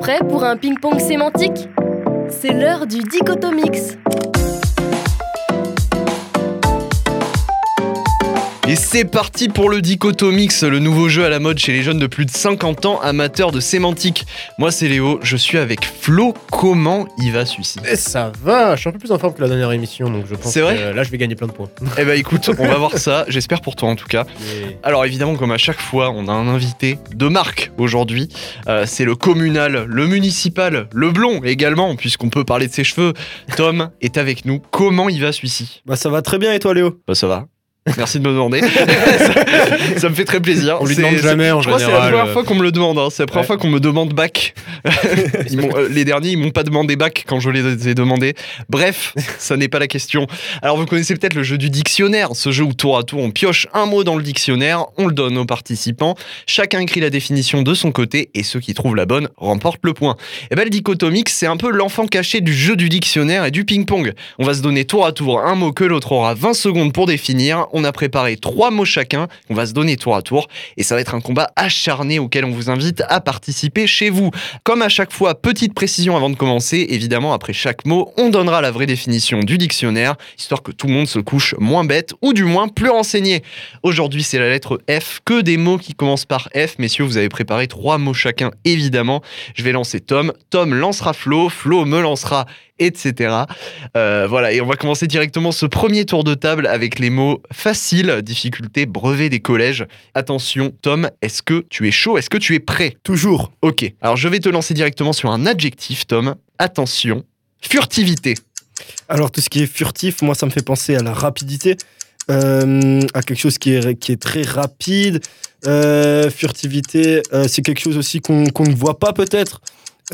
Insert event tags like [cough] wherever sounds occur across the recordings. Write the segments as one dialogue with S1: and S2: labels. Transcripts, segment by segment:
S1: Prêt pour un ping-pong sémantique C'est l'heure du dichotomix.
S2: Et c'est parti pour le Dichotomix, le nouveau jeu à la mode chez les jeunes de plus de 50 ans, amateurs de sémantique. Moi c'est Léo, je suis avec Flo. Comment il va celui-ci
S3: Eh, ça va, je suis un peu plus en forme que la dernière émission, donc je pense
S2: C'est vrai
S3: que euh, là je vais gagner plein de points.
S2: Eh bah écoute, on va voir ça, [laughs] j'espère pour toi en tout cas.
S3: Mais-
S2: Alors évidemment, comme à chaque fois, on a un invité de marque aujourd'hui. Euh, c'est le communal, le municipal, le blond également, puisqu'on peut parler de ses cheveux. Tom [laughs] est avec nous. Comment il va celui-ci
S4: Bah ça va très bien et toi Léo
S2: Bah ça va. Merci de me demander. [laughs] ça, ça me fait très plaisir.
S3: On lui
S2: C'est-
S3: demande
S2: c'est-
S3: jamais en
S2: Je crois que c'est la
S3: général. euh,
S2: première fois qu'on me le demande. hein. C'est la première
S3: Ouais.
S2: fois qu'on me demande bac. [laughs] Ils m'ont- euh, les derniers, ils m'ont pas demandé bac quand je les ai demandés. Bref, ça n'est pas la question. Alors, vous connaissez peut-être le jeu du dictionnaire, ce jeu où tour à tour on pioche un mot dans le dictionnaire, on le donne aux participants. Chacun écrit la définition de son côté et ceux qui trouvent la bonne remportent le point. Et ben, le dichotomix, c'est un peu l'enfant caché du jeu du dictionnaire et du ping-pong. On va se donner tour à tour un mot que l'autre aura 20 secondes pour définir. On a préparé trois mots chacun. On va se donner tour à tour et ça va être un combat acharné auquel on vous invite à participer chez vous. Comme à chaque fois, petite précision avant de commencer, évidemment après chaque mot, on donnera la vraie définition du dictionnaire, histoire que tout le monde se couche moins bête ou du moins plus renseigné. Aujourd'hui c'est la lettre F, que des mots qui commencent par F, messieurs vous avez préparé trois mots chacun évidemment. Je vais lancer Tom, Tom lancera Flo, Flo me lancera, etc. Euh, voilà, et on va commencer directement ce premier tour de table avec les mots facile, difficulté, brevet des collèges. Attention, Tom, est-ce que tu es chaud Est-ce que tu es prêt
S4: Toujours
S2: Ok, alors je vais te lancer directement sur un adjectif, Tom. Attention, furtivité.
S4: Alors tout ce qui est furtif, moi ça me fait penser à la rapidité, euh, à quelque chose qui est, qui est très rapide. Euh, furtivité, euh, c'est quelque chose aussi qu'on qu'on ne voit pas peut-être.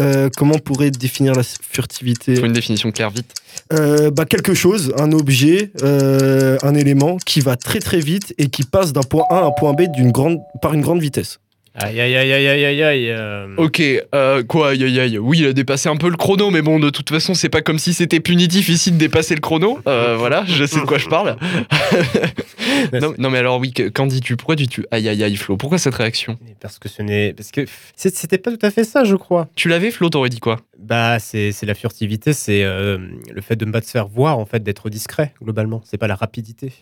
S4: Euh, comment on pourrait définir la furtivité
S2: Faut une définition claire vite.
S4: Euh, bah, Quelque chose, un objet, euh, un élément qui va très très vite et qui passe d'un point A à un point B d'une grande, par une grande vitesse.
S3: Aïe aïe aïe aïe aïe aïe aïe. euh,
S2: Ok, euh, quoi, aïe aïe aïe. Oui, il a dépassé un peu le chrono, mais bon, de toute façon, c'est pas comme si c'était punitif ici de dépasser le chrono. [laughs] Euh, voilà, je sais de quoi je parle. non, non, mais alors oui, que- qu'en dis-tu Pourquoi dis-tu aïe aïe aïe, Flo Pourquoi cette réaction
S3: Parce que ce n'est. Parce que c'est- c'était pas tout à fait ça, je crois.
S2: Tu l'avais, Flo T'aurais dit quoi
S3: Bah, c'est c'est la furtivité, c'est euh, le fait de ne pas te faire voir, en fait, d'être discret, globalement. C'est pas la rapidité.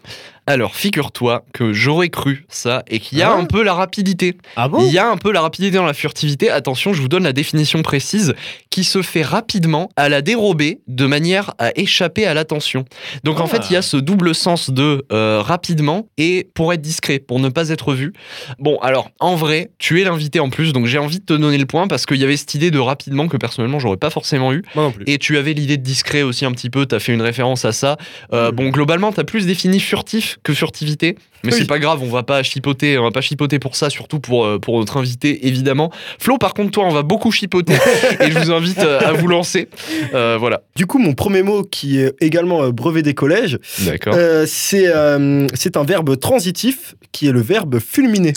S2: Alors, figure-toi que j'aurais cru ça et qu'il y a
S3: Ah.
S2: un peu la rapidité.
S3: Ah
S2: Il y a un peu la rapidité dans la furtivité. Attention, je vous donne la définition précise qui se fait rapidement à la dérobée de manière à échapper à l'attention. Donc en
S3: Ah.
S2: fait, il y a ce double sens de euh, rapidement et pour être discret, pour ne pas être vu. Bon, alors en vrai, tu es l'invité en plus, donc j'ai envie de te donner le point parce qu'il y avait cette idée de rapidement que personnellement, j'aurais pas forcément eu.
S3: Moi non plus.
S2: Et tu avais l'idée de discret aussi un petit peu, t'as fait une référence à ça. Euh,
S3: Mm.
S2: Bon, globalement, t'as plus défini furtif que furtivité, mais
S4: Oui.
S2: c'est pas grave, on va pas chipoter, on va pas chipoter pour ça, surtout pour, euh, pour notre invité, évidemment. Flo, par contre, toi, on va beaucoup
S3: [laughs]
S2: chipoter, et je vous invite euh, à vous lancer. Euh, voilà.
S4: Du coup, mon premier mot qui est également euh, brevet des collèges,
S2: D'accord.
S4: Euh, c'est euh, c'est un verbe transitif qui est le verbe fulminer.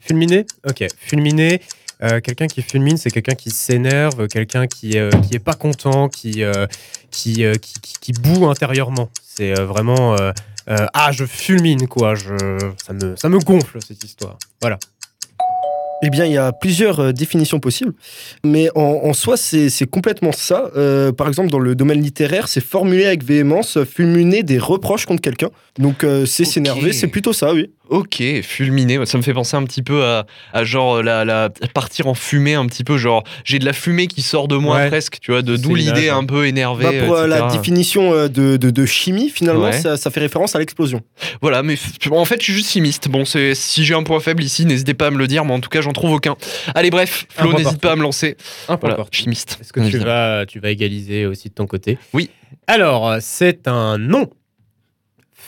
S3: Fulminer Ok. Fulminer. euh, quelqu'un qui fulmine, c'est quelqu'un qui s'énerve, quelqu'un qui, euh, qui est pas content, qui, euh, qui, euh, qui, qui- qui boue intérieurement. C'est euh, vraiment. euh, euh, ah, je fulmine, quoi. Je, ça, me, ça me gonfle, cette histoire. Voilà.
S4: Eh bien, il y a plusieurs euh, définitions possibles, mais en, en soi, c'est c'est complètement ça. Euh, par exemple, dans le domaine littéraire, c'est formuler avec véhémence, euh, fulminer des reproches contre quelqu'un. Donc, euh, c'est
S2: Ok.
S4: s'énerver, c'est plutôt ça, oui.
S2: Ok, fulminé. Ça me fait penser un petit peu à, à genre euh, la, la partir en fumée un petit peu. Genre j'ai de la fumée qui sort de moi
S3: Ouais.
S2: presque. Tu vois, de
S3: C'est
S2: d'où l'idée
S3: l'image, hein.
S2: un peu énervée.
S4: Bah, pour euh, la
S2: etc..
S4: définition euh, de, de- de chimie, finalement,
S2: Ouais.
S4: ça, ça fait référence à l'explosion.
S2: Voilà, mais f- en fait, je suis juste chimiste. Bon, c'est si j'ai un point faible ici, n'hésitez pas à me le dire, mais en tout cas, j'en trouve aucun. Allez, bref,
S3: Un
S2: Flo,
S3: point
S2: n'hésite
S3: partout.
S2: pas à me lancer.
S3: Un peu
S2: Ah, Voilà, chimiste.
S3: Est-ce que tu
S2: Évidemment.
S3: vas, tu vas égaliser aussi de ton côté
S2: Oui.
S3: Alors, euh, c'est un nom.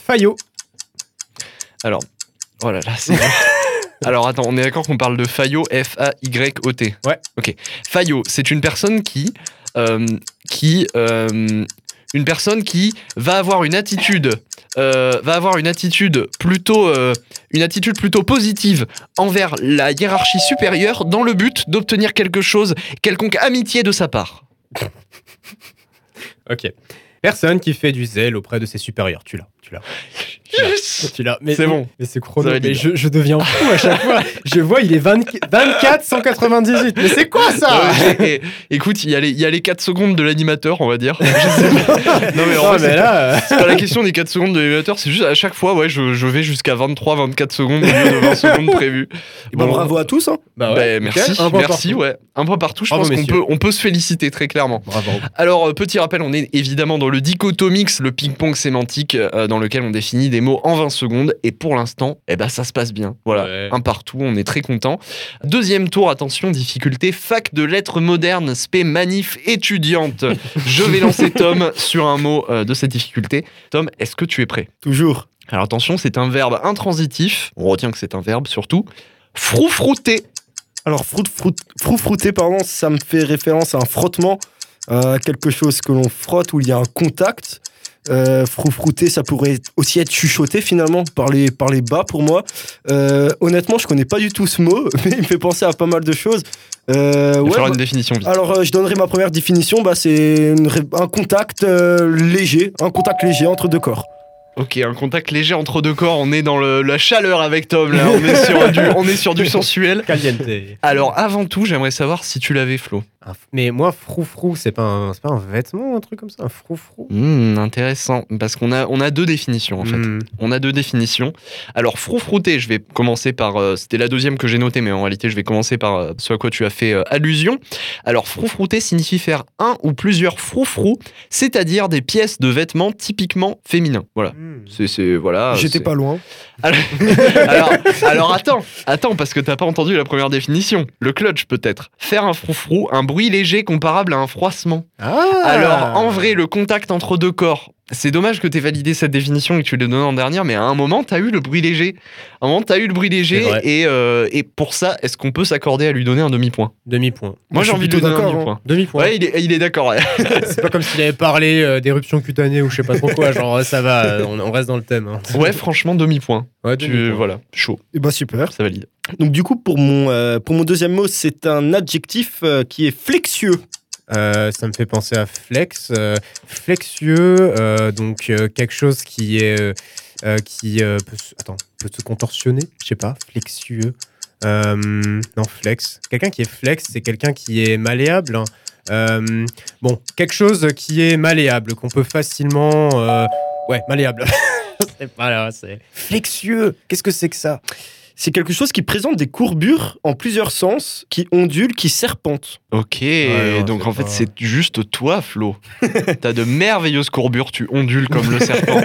S3: Fayot.
S2: Oh là là, c'est. [laughs] Alors attends, on est d'accord qu'on parle de Fayot, F-A-Y-O-T.
S3: Ouais.
S2: Ok. Fayot, c'est une personne qui. euh, qui. euh, une personne qui va avoir une attitude. euh, va avoir une attitude plutôt. euh, une attitude plutôt positive envers la hiérarchie supérieure dans le but d'obtenir quelque chose, quelconque amitié de sa part.
S3: Ok. Personne qui fait du zèle auprès de ses supérieurs. Tu l'as. Tu l'as.
S2: Yes
S3: Tu l'as. Mais-
S2: C'est bon.
S3: Mais c'est chrono.
S2: Ça valide.
S3: Mais je, je deviens fou à chaque fois. Je vois, il est 20 24 198. Mais c'est quoi ça
S2: Ouais, ouais, Euh, et- écoute, il y, a les- il y a les 4 secondes de l'animateur, on va [laughs] dire. Je sais pas. Non, mais en
S3: Ah,
S2: vrai, c'est-
S3: là, euh,
S2: c'est pas la question des 4 secondes de l'animateur, c'est juste à chaque fois, ouais, je, je vais jusqu'à 23-24 secondes au lieu de 20 secondes prévues.
S4: Bah, bravo à tous. hein.
S3: bah ouais,
S2: Ben,
S3: nickel.
S2: merci,
S3: Un point
S2: merci,
S3: partout. Ah,
S2: ouais. Un point partout, je
S3: Bravo,
S2: pense qu'on
S3: messieurs.
S2: peut, on peut se féliciter très clairement.
S3: Bravo.
S2: Alors, euh, petit rappel, on est évidemment dans le dichotomix, le ping-pong sémantique, euh, dans lequel on définit des mots en 20 secondes. Et pour l'instant, eh ben, ça se passe bien. Voilà,
S3: Ouais.
S2: un partout, on est très content. Deuxième tour, attention, difficulté, fac de lettres modernes, spé manif étudiante. Je vais lancer Tom sur un mot euh, de cette difficulté. Tom, est-ce que tu es prêt
S4: Toujours.
S2: Alors attention, c'est un verbe intransitif. On retient que c'est un verbe surtout. Froufrouter.
S4: Alors, froute, froute, froufrouter, pardon, ça me fait référence à un frottement, à quelque chose que l'on frotte où il y a un contact. Euh, froufrouter, ça pourrait aussi être chuchoté finalement par les, par les bas pour moi. Euh, honnêtement, je connais pas du tout ce mot, [laughs] mais il me fait penser à pas mal de choses. Euh,
S2: Il va
S4: ouais,
S2: falloir
S4: bah-
S2: une définition vite.
S4: Alors, euh, je donnerai ma première définition. Bah, c'est une ré- un contact euh, léger, un contact léger entre deux corps.
S2: Ok, un contact léger entre deux corps. On est dans le- la chaleur avec Tom. Là, on est sur du, on est sur du sensuel.
S3: Caliente.
S2: Alors avant tout, j'aimerais savoir si tu l'avais, Flo.
S3: Un f- Mais moi, froufrou, c'est pas, un- c'est pas un vêtement, un truc comme ça, un froufrou.
S2: Hmm, intéressant, parce qu'on a, on a deux définitions en fait.
S3: Hmm.
S2: On a deux définitions. Alors froufrouter, je vais commencer par, euh, c'était la deuxième que j'ai notée, mais en réalité, je vais commencer par euh, ce à quoi tu as fait euh, allusion. Alors froufrouter signifie faire un ou plusieurs froufrous, c'est-à-dire des pièces de vêtements typiquement féminins. Voilà.
S3: Hmm.
S2: C'est, c'est- voilà.
S4: J'étais
S2: Ah, c'est-
S4: pas loin.
S2: Alors, alors, alors attends, attends, parce que t'as pas entendu la première définition. Le clutch peut-être. Faire un froufrou, un bruit léger comparable à un froissement.
S3: Ah
S2: Alors en vrai, le contact entre deux corps. C'est dommage que t'aies validé cette définition et que tu l'aies donnée en dernière, mais à un moment, t'as eu le bruit léger. À un moment, t'as eu le bruit léger,
S3: C'est vrai.
S2: et, euh, et pour ça, est-ce qu'on peut s'accorder à lui donner un demi-point
S3: Demi-point.
S2: Moi,
S4: je
S2: j'ai
S4: suis
S2: envie de lui
S4: plutôt
S2: donner un
S4: d'accord,
S2: demi-point.
S3: hein. Demi-point.
S2: Ouais, il est, il est d'accord. ouais.
S3: [laughs] C'est pas comme s'il avait parlé euh, d'éruption cutanée ou je sais pas trop quoi. Genre, ça va, euh, on, on reste dans le thème. hein.
S2: Ouais, franchement, demi-point.
S3: Ouais,
S2: Tu,
S3: demi-point.
S2: voilà, chaud,
S4: Et bah super.
S2: ça valide.
S4: Donc du coup, pour mon, euh, pour mon deuxième mot, c'est un adjectif euh, qui est flexieux.
S3: Euh, ça me fait penser à flex. euh, flexieux, euh, donc euh, quelque chose qui est. euh, euh, qui euh, peut, se, attends, peut se contorsionner, je sais pas, flexieux. Euh, non, flex. Quelqu'un qui est flex, c'est quelqu'un qui est malléable. hein. Euh, bon, quelque chose qui est malléable, qu'on peut facilement. euh, ouais, malléable. [laughs] C'est pas là, c'est. Flexieux Qu'est-ce que c'est que ça
S4: C'est quelque chose qui présente des courbures en plusieurs sens, qui ondulent, qui serpentent.
S2: Ok,
S3: non,
S2: donc
S3: c'est
S2: en fait
S3: pas-
S2: c'est juste toi Flo. [laughs] T'as de merveilleuses courbures, tu ondules comme le
S3: [laughs]
S2: serpent.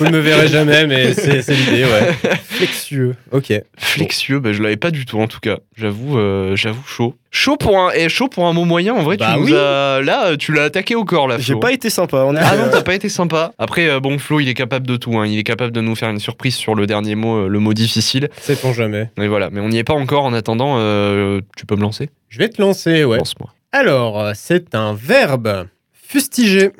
S3: Vous ne me verrez jamais, mais c'est c'est l'idée, ouais. [laughs] Flexieux. Ok.
S2: Flexieux, bah, je l'avais pas du tout en tout cas. J'avoue, euh, j'avoue chaud. Chaud pour un et chaud pour un mot moyen en vrai.
S3: Bah
S2: tu nous
S3: oui.
S2: as- là, euh, tu l'as attaqué au corps là.
S4: J'ai
S2: Flo.
S4: pas été sympa. On est
S2: Ah non, t'as pas été sympa. Après, euh, bon, Flo, il est capable de tout. hein. Il est capable de nous faire une surprise sur le dernier mot, euh, le mot difficile.
S3: C'est pour jamais.
S2: Mais voilà, mais on n'y est pas encore. En attendant, euh, tu peux me lancer
S3: Je vais te lancer, ouais.
S2: Lance-moi.
S3: Alors, euh, c'est un verbe. Fustiger.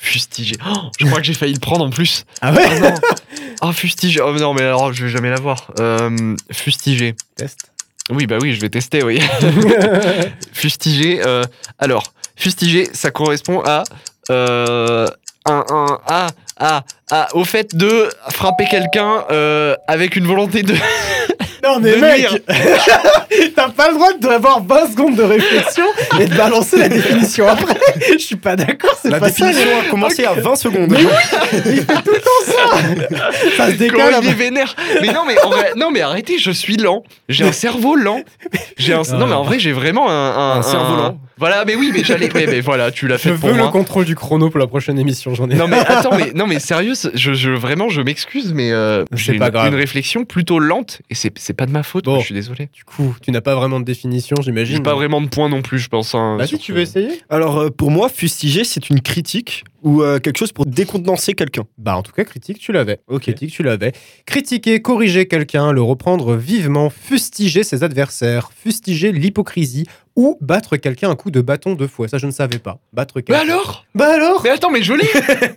S2: Fustigé. Oh, je crois que j'ai failli le prendre en plus.
S3: Ah ouais
S2: Ah non [laughs] Ah fustige Oh non mais alors je vais jamais l'avoir. Euh, fustigé. [laughs]
S3: Test.
S2: Oui bah oui je vais tester oui. [laughs] fustigé. euh, alors fustigé ça correspond à euh, un un à à à au fait de frapper quelqu'un euh, avec une volonté de.
S3: non
S2: mais mec,
S3: [laughs] T'as pas le droit d'avoir 20 secondes de réflexion et de balancer la définition
S4: [laughs]
S3: après Je suis pas d'accord, c'est
S4: La définition a commencé à 20 secondes.
S3: Mais Il fait tout le temps
S4: [laughs]
S3: ça
S4: Ah,
S2: [laughs]
S3: Ça se
S2: Comment il est vénère Mais non mais en vrai- non mais arrêtez je suis lent. J'ai un cerveau lent. J'ai un non mais en vrai j'ai vraiment un un,
S4: Un cerveau lent.
S2: Voilà mais oui mais j'allais ouais, mais voilà tu l'as fait
S3: Je
S2: pour
S3: veux
S2: moi.
S3: le contrôle du chrono pour la prochaine émission, j'en ai
S2: Non mais attends, mais, non mais sérieux, ce- je, je- vraiment je m'excuse, mais euh,
S3: C'est
S2: j'ai une,
S3: pas grave.
S2: une réflexion plutôt lente et c'est c'est pas de ma faute,
S3: Bon.
S2: moi, je suis désolé.
S3: Du coup, tu n'as pas vraiment de définition,
S2: J'ai
S3: j'imagine.
S2: pas vraiment de points non plus, je pense. hein,
S3: Vas-y,
S2: sur
S3: Bah, tu
S2: ce-
S3: veux essayer
S4: Alors euh, pour moi, fustiger, c'est une critique ou euh, quelque chose pour décontenancer quelqu'un.
S3: Bah, en tout cas, critique, tu l'avais.
S4: Ok.
S3: Critique, tu l'avais. Critiquer, corriger quelqu'un, le reprendre vivement, fustiger ses adversaires, fustiger l'hypocrisie ou battre quelqu'un un coup de bâton deux fois. Ça, je ne savais pas. Battre
S2: Mais
S3: quelqu'un.
S2: alors
S3: Bah alors
S2: Mais attends, mais je l'ai [laughs]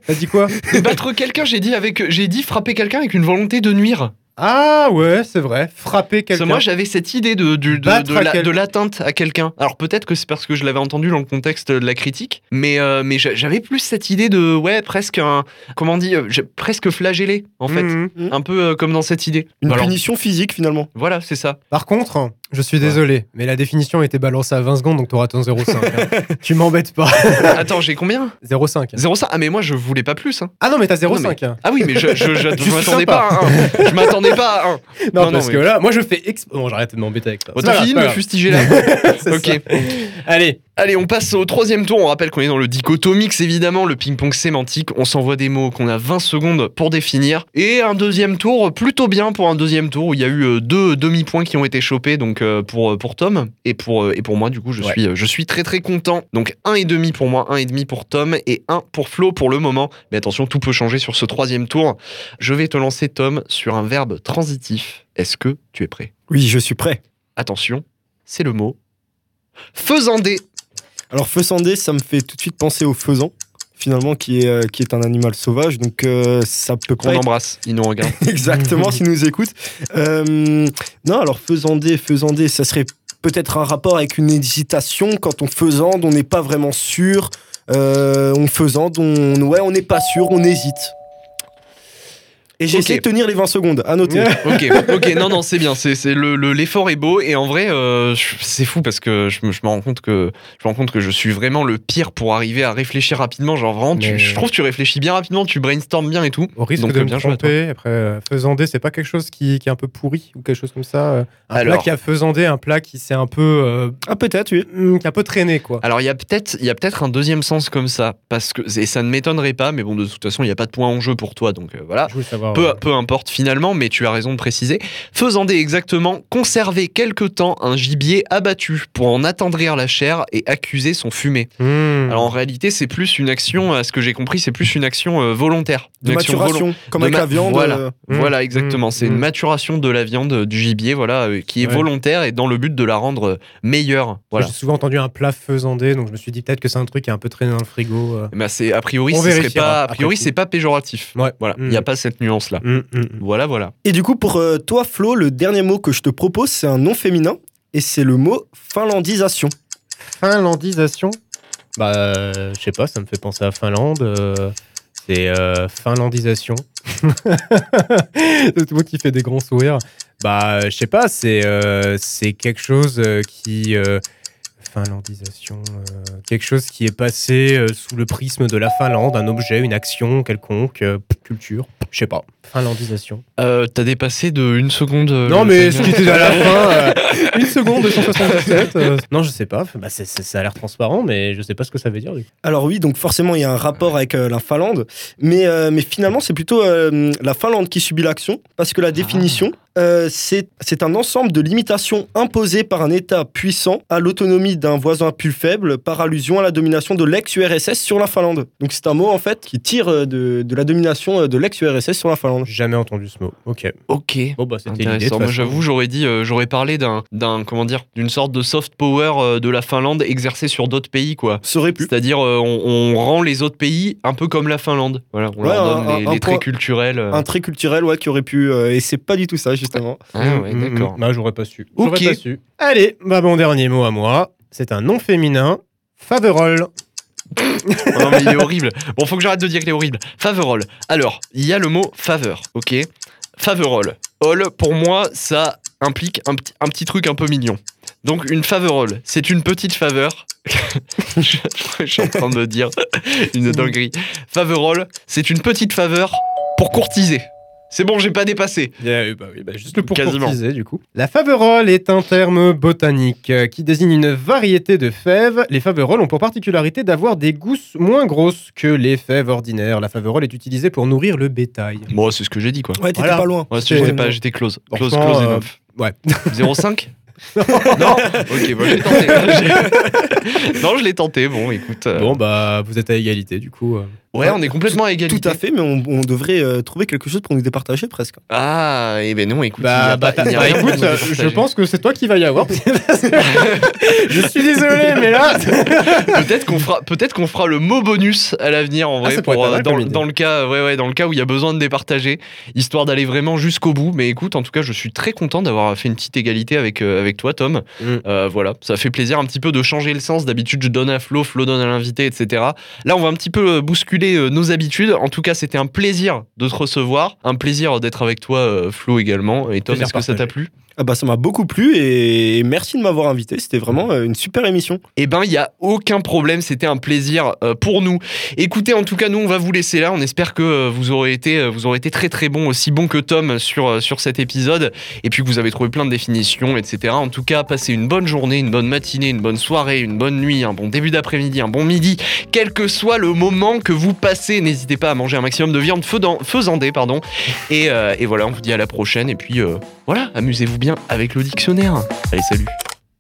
S3: T'as dit quoi
S2: Mais Battre quelqu'un, j'ai dit avec, j'ai dit frapper quelqu'un avec une volonté de nuire.
S3: Ah ouais, c'est vrai. Frapper
S2: Parce que
S3: quelqu'un.
S2: moi, j'avais cette idée de, du- de-
S3: Battre
S2: de
S3: à
S2: la-
S3: quel-
S2: de l'atteinte à quelqu'un. Alors peut-être que c'est parce que je l'avais entendu dans le contexte de la critique, mais, euh, mais j'a- j'avais plus cette idée de, ouais, presque un. Comment on dit euh, j'ai- Presque flagellé, en fait.
S3: Mhm.
S2: Un peu euh, comme dans cette idée.
S4: Une
S2: Alors,
S4: punition physique finalement.
S2: voilà, c'est ça.
S3: Par contre, hein, je suis désolé, mais la définition a été balancée à 20 secondes, donc t'auras ton [laughs] 0,5. hein. tu m'embêtes pas.
S2: Attends, j'ai combien
S3: 0,5.
S2: 0,5 Ah, mais moi, je voulais pas plus. hein.
S3: Ah non, mais t'as
S2: Non, mais-
S3: 0,5. hein.
S2: Ah oui, mais je, je, je- je
S3: [laughs] Tu suis
S2: m'attendais
S3: sympa.
S2: pas à un. Je m'attendais pas à un.
S3: Non,
S2: non,
S3: parce
S2: mais-
S3: que là, moi je fais exp... Bon, j'arrête de m'embêter avec ça.
S2: Bon,
S3: C'est pas
S2: T'as fini de me
S3: grave, c'est
S2: fustiger là.
S3: pas grave. [laughs] C'est
S2: ok.
S3: ça. Allez,
S2: Allez, on passe au troisième tour. On rappelle qu'on est dans le dichotomix, évidemment, le ping-pong sémantique. On s'envoie des mots qu'on a 20 secondes pour définir. Et un deuxième tour, plutôt bien pour un deuxième tour où il y a eu euh, deux demi-points qui ont été chopés donc euh, pour, euh, pour Tom et pour, euh, et pour moi, du coup, je,
S3: Ouais.
S2: suis, euh, je suis très très content. Donc un et demi pour moi, un et demi pour Tom et un pour Flo pour le moment. Mais attention, tout peut changer sur ce troisième tour. Je vais te lancer, Tom, sur un verbe transitif. Est-ce que tu es prêt
S4: Oui, je suis prêt.
S2: Attention, c'est le mot. Faisander.
S4: Alors faisander, ça me fait tout de suite penser au faisan finalement qui est, euh, qui est un animal sauvage donc euh, ça peut pas
S2: Qu'on
S4: être
S2: embrasse, il nous regarde.
S4: [laughs] Exactement, s'ils nous écoutent. Euh, non, alors faisander, faisander, ça serait peut-être un rapport avec une hésitation. Quand on faisande, on n'est pas vraiment sûr. Euh, on faisande, on, ouais, on n'est pas sûr, on hésite. Et j'ai
S2: Ok.
S4: essayé de tenir les 20 secondes, à noter.
S2: [laughs] Ok, ok, non, non, c'est bien. C'est, c'est le, le- l'effort est beau et en vrai, euh, je- c'est fou parce que je, me- je me rends compte que je me rends compte que je suis vraiment le pire pour arriver à réfléchir rapidement. Genre vraiment, tu-
S3: Mais-
S2: je trouve que tu réfléchis bien rapidement, tu brainstormes bien et tout.
S3: au risque
S2: Donc,
S3: de me
S2: bien joué à
S3: tromper, après, euh, faisander, c'est pas quelque chose qui, qui est un peu pourri ou quelque chose comme ça. euh, Un
S2: Alors.
S3: plat qui a faisandé, un plat qui s'est un peu. euh,
S4: Ah, peut-être, oui.
S3: hmm, qui a un peu traîné, quoi.
S2: Alors il y a peut-être il y a peut-être un deuxième sens comme ça parce que et ça ne m'étonnerait pas, mais bon de toute façon il n'y a pas de point en jeu pour toi donc euh, voilà.
S3: Je voulais savoir.
S2: Peu,
S3: euh,
S2: peu importe finalement, mais tu as raison de préciser. Faisander exactement, conserver quelque temps un gibier abattu pour en attendrir la chair et accuser son fumée.
S3: hmm.
S2: Alors en réalité, c'est plus une action, à ce que j'ai compris, c'est plus une action euh, volontaire.
S4: De
S2: Une action volon-
S4: maturation, comme
S2: de
S4: avec
S2: ma-
S4: la viande.
S2: voilà.
S4: euh,
S3: Mmh,
S2: Voilà, exactement.
S3: mmh,
S2: c'est une
S3: mmh.
S2: maturation de la viande, euh, du gibier, voilà, euh, qui est
S3: Ouais.
S2: volontaire et dans le but de la rendre euh, meilleure. Voilà.
S3: J'ai souvent entendu un plat faisandé, donc je me suis dit peut-être que c'est un truc qui est un peu traîné dans le frigo. euh.
S2: Bah, c'est a priori,
S3: On
S2: ce serait
S3: vérifiera
S2: pas, a
S3: après
S2: priori,
S3: coup.
S2: c'est pas péjoratif.
S3: Ouais.
S2: Voilà, il
S3: Mmh.
S2: n'y a pas cette nuance là.
S3: Hmm, hmm, hmm.
S2: Voilà, voilà.
S4: Et du coup, pour euh, toi, Flo, le dernier mot que je te propose, c'est un nom féminin et c'est le mot finlandisation.
S3: Finlandisation Bah, euh, je sais pas, ça me fait penser à Finlande. euh, c'est euh, finlandisation. [laughs] C'est toi qui fais des grands sourires. Bah, euh, je sais pas, c'est euh, c'est quelque chose euh, qui. euh, finlandisation. euh, quelque chose qui est passé euh, sous le prisme de la Finlande, un objet, une action quelconque, euh, culture, je sais pas. Finlandisation.
S2: Euh, T'as dépassé de une seconde. euh,
S3: Non,
S2: le
S3: mais ce
S2: timer.
S3: qui était [laughs] à la fin, euh, une seconde de 177. euh, non, je sais pas. Bah, c'est- c'est- ça a l'air transparent, mais je sais pas ce que ça veut dire. Du coup.
S4: Alors oui, donc forcément, il y a un rapport avec euh, la Finlande, mais, euh, mais finalement, c'est plutôt euh, la Finlande qui subit l'action, parce que la définition, euh, c'est c'est un ensemble de limitations imposées par un État puissant à l'autonomie d'un voisin plus faible, par allusion à la domination de l'ex-URSS sur la Finlande. Donc c'est un mot, en fait, qui tire euh, de, de la domination euh, de l'ex-URSS sur la Finlande.
S3: J'ai jamais entendu ce mot. Ok.
S2: Ok.
S3: Bon, bah, c'était l'idée. de
S2: Intéressant. Moi,
S3: toute façon.
S2: j'avoue, j'aurais dit, euh, j'aurais parlé d'un, d'un, comment dire, d'une sorte de soft power euh, de la Finlande exercée sur d'autres pays, quoi.
S4: Ça aurait pu.
S2: C'est-à-dire, euh, on, on rend les autres pays un peu comme la Finlande. Voilà, on
S4: Ouais,
S2: leur donne
S4: un-
S2: les,
S4: un
S2: les
S4: point-
S2: traits culturels. euh.
S4: Un trait culturel, ouais, qui aurait pu... euh, et c'est pas du tout ça, justement.
S2: Ah ouais,
S3: Mm, mm,
S2: d'accord.
S3: mm. Bah, j'aurais pas su.
S2: Ok.
S3: J'aurais pas su. Allez, bah, mon dernier mot à moi. C'est un nom féminin. Faverol.
S2: Oh non, mais il est horrible. Bon, faut que j'arrête de dire qu'il est horrible. Faverol. Alors, il y a le mot faveur, ok Faverol. All, pour moi, ça implique un, petit- un petit truc un peu mignon. Donc, une faverol, c'est une petite faveur. [laughs] je, je suis en train de dire
S4: Mm.
S2: une dinguerie. Faverol, c'est une petite faveur pour courtiser. C'est bon, j'ai pas dépassé.
S3: bah oui, juste le
S2: pour courtiser,
S3: du coup. La faverole est un terme botanique euh, qui désigne une variété de fèves. Les faverolles ont pour particularité d'avoir des gousses moins grosses que les fèves ordinaires. La faverole est utilisée pour nourrir le bétail.
S2: Moi, c'est ce que j'ai dit, quoi.
S4: Ouais, t'étais
S3: Voilà.
S4: pas loin. Euh,
S2: Ouais, si j'étais pas, j'étais close. Close,
S3: Franchement,
S2: close
S3: euh, [laughs]
S2: enough.
S3: Ouais.
S2: 0,5 Non Ok, bon, j'ai
S3: [laughs]
S2: tenté. J'ai- [laughs] non, je l'ai tenté. Bon, écoute. euh,
S3: Bon, bah, vous êtes à égalité, du coup. euh.
S2: Ouais, on est complètement à égalité.
S4: Tout à fait, mais on, on devrait euh, trouver quelque chose pour nous départager presque.
S2: Ah, et ben non, écoute. il y
S3: Bah,
S2: a pas-
S3: bah,
S2: il y a
S3: bah,
S2: rien
S3: écoute,
S2: pour nous
S3: euh, je
S2: départager.
S3: pense que c'est toi qui va y [laughs]
S2: Oh.
S4: [laughs]
S3: avoir. je suis désolé, mais [laughs] là.
S2: Peut-être qu'on fera, peut-être qu'on fera le mot bonus à l'avenir en vrai
S3: Ah, ça pourrait
S2: pour,
S3: être
S2: euh,
S3: pas mal
S2: dans,
S3: comme
S2: le-
S3: idée.
S2: dans le cas, ouais, ouais, dans le cas où il y a besoin de départager, histoire d'aller vraiment jusqu'au bout. Mais écoute, en tout cas, je suis très content d'avoir fait une petite égalité avec euh, avec toi, Tom.
S3: Mm.
S2: Euh, voilà, ça fait plaisir un petit peu de changer le sens. D'habitude, je donne à Flo, Flo donne à l'invité, etc. Là, on va un petit peu euh, bousculer euh, nos habitudes. En tout cas, c'était un plaisir de te recevoir, un plaisir d'être avec toi, euh, Flo également. Et Tom,
S3: Plaisir
S2: est-ce que ça t'a
S3: partagé.
S2: plu
S4: Ah bah ça m'a beaucoup plu et merci de m'avoir invité, c'était vraiment euh, une super émission.
S2: Eh ben, il n'y a aucun problème, c'était un plaisir euh, pour nous. Écoutez, en tout cas, nous, on va vous laisser là. On espère que euh, vous aurez été, euh, vous aurez été très très bon, aussi bon que Tom sur, euh, sur cet épisode. Et puis que vous avez trouvé plein de définitions, etc. En tout cas, passez une bonne journée, une bonne matinée, une bonne soirée, une bonne nuit, un bon début d'après-midi, un bon midi. Quel que soit le moment que vous passez, n'hésitez pas à manger un maximum de viande faisan- faisandée, pardon. Et, euh, et voilà, on vous dit à la prochaine. Et puis euh, voilà, amusez-vous bien avec le dictionnaire. Allez, salut.